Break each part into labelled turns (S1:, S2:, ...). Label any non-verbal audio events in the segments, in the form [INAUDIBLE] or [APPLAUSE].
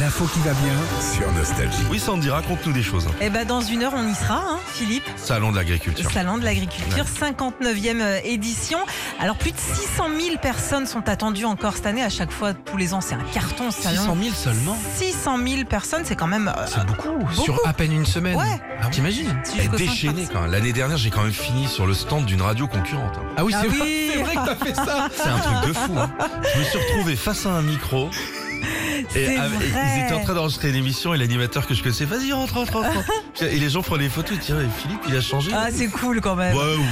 S1: L'info qui va bien.
S2: sur Nostalgie.
S3: Oui, Sandy, raconte-nous des choses.
S4: Eh ben, dans une heure, on y sera, hein, Philippe.
S3: Salon de l'agriculture.
S4: Salon de l'agriculture, 59e euh, édition. Alors, plus de 600 000 personnes sont attendues encore cette année. À chaque fois, tous les ans, c'est un carton, ce salon.
S5: 600 000 seulement
S4: 600 000 personnes, c'est quand même. euh,
S5: C'est beaucoup, Sur à peine une semaine
S4: Ouais.
S5: Ah oui. T'imagines
S4: c'est
S3: Elle
S4: jusqu'au
S3: est
S4: 5
S3: déchaînée
S4: mars.
S3: quand même. L'année dernière, j'ai quand même fini sur le stand d'une radio concurrente. hein.
S5: Ah oui,
S4: Ah
S5: c'est vrai,
S4: oui.
S5: Ah, c'est vrai que t'as fait ça
S3: C'est un truc de fou. hein. Je me suis retrouvé face à un micro.
S4: C'est
S3: avec-
S4: vrai.
S3: ils étaient en train d'enregistrer l'émission et l'animateur que je connaissais, vas-y, rentre, rentre,
S4: [LAUGHS]
S3: rentre. et les gens prenaient des photos. Tiens, Philippe, il a changé.
S4: Ah, c'est cool quand même.
S3: Ouais, oui.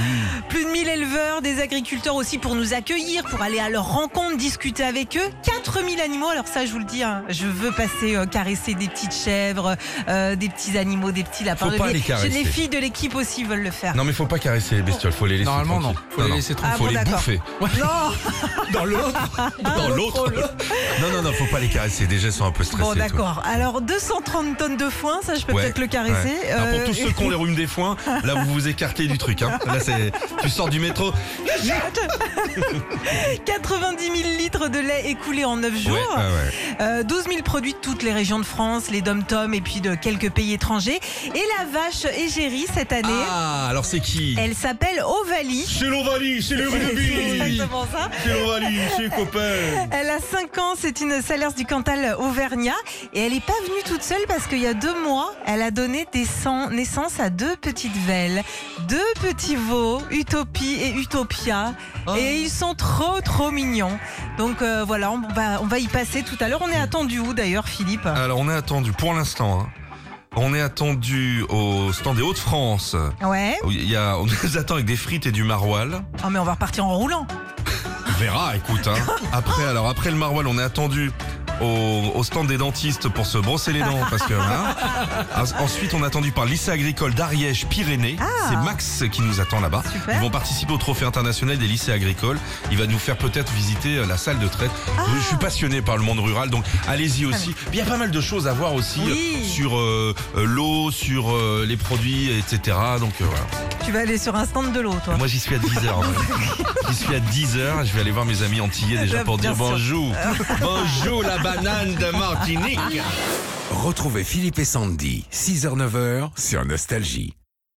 S4: Plus de 1000 éleveurs, des agriculteurs aussi pour nous accueillir, pour aller à leur rencontre, discuter avec eux. 4000 animaux, alors ça je vous le dis, hein, je veux passer euh, caresser des petites chèvres, euh, des petits animaux, des petits lapins.
S3: Faut pas
S4: Les-
S3: les caresser.
S4: Les filles de l'équipe aussi veulent le faire.
S3: Non, mais faut pas caresser les bestioles, faut les laisser.
S5: Normalement, non.
S3: tranquilles.
S5: Faut les laisser
S4: Ah
S5: tranquilles.
S3: Faut
S4: bon,
S3: les
S4: d'accord. Ah,
S3: bouffer. [LAUGHS]
S4: Non,
S5: Dans l'autre
S3: Dans l'autre. Non, non, non, faut pas les caresser. Déjà, ils sont un peu stressés.
S4: Bon
S3: et tout.
S4: d'accord. Alors 230 tonnes de foin, ça je peux
S3: Ouais,
S4: peut-être le caresser.
S3: ouais. Non,
S4: Euh,
S3: pour tous ceux
S4: [LAUGHS]
S3: qui ont les rhumes des foins, là vous vous écartez du truc. Hein. Là, c'est, tu sors du métro.
S4: [LAUGHS] 90 000 litres de lait écoulé en 9 jours.
S3: Ouais, ouais, ouais.
S4: Euh, 12 000 produits de toutes les régions de France, les dom-toms et puis de quelques pays étrangers. Et la vache égérie cette année.
S3: Ah, alors c'est qui
S4: Elle s'appelle Ovalie.
S3: C'est l'Ovalie, c'est le
S4: [LAUGHS] C'est exactement ça.
S3: c'est l'Ovalie, c'est copain.
S4: Elle a 5 ans, c'est une salaire du Cantal Auvergnat. Et elle n'est pas venue toute seule parce qu'il y a deux mois, elle a donné des sang- naissance à deux petites velles, deux petits veaux, Utopie et Utopia. Et ils sont trop, trop mignons. Donc euh, voilà, on va, on va y passer tout à l'heure. On est attendu où d'ailleurs, Philippe
S3: Alors on est attendu pour l'instant. hein. On est attendu au stand des Hauts-de-France.
S4: Ouais.
S3: où Il y a, on nous attend avec des frites et du maroilles.
S4: Oh, mais on va repartir en roulant.
S3: On verra, écoute. hein. Après, alors après le maroilles, on est attendu. Au, au stand des dentistes pour se brosser les dents parce que hein. As- ensuite on est attendu par le lycée agricole d'Ariège Pyrénées c'est Max qui nous attend là-bas
S4: Ah. Super.
S3: ils vont participer au trophée international des lycées agricoles il va nous faire peut-être visiter euh, la salle de traite
S4: Ah.
S3: je suis passionné par le monde rural donc allez-y aussi Puis il y a pas mal de choses à voir aussi
S4: Oui.
S3: euh, sur euh, euh, l'eau sur euh, les produits etc donc euh, voilà
S4: Tu vas aller sur un stand de l'eau, toi.
S3: moi j'y suis à 10h. j'y suis à 10h, je vais aller voir mes amis
S4: [LAUGHS]
S3: antillais déjà pour
S4: Ah, Bien
S3: dire
S4: sûr. [LAUGHS]
S3: bonjour. bonjour la banane de Martinique.
S2: Retrouvez Philippe et Sandy, 6h-9h sur Nostalgie.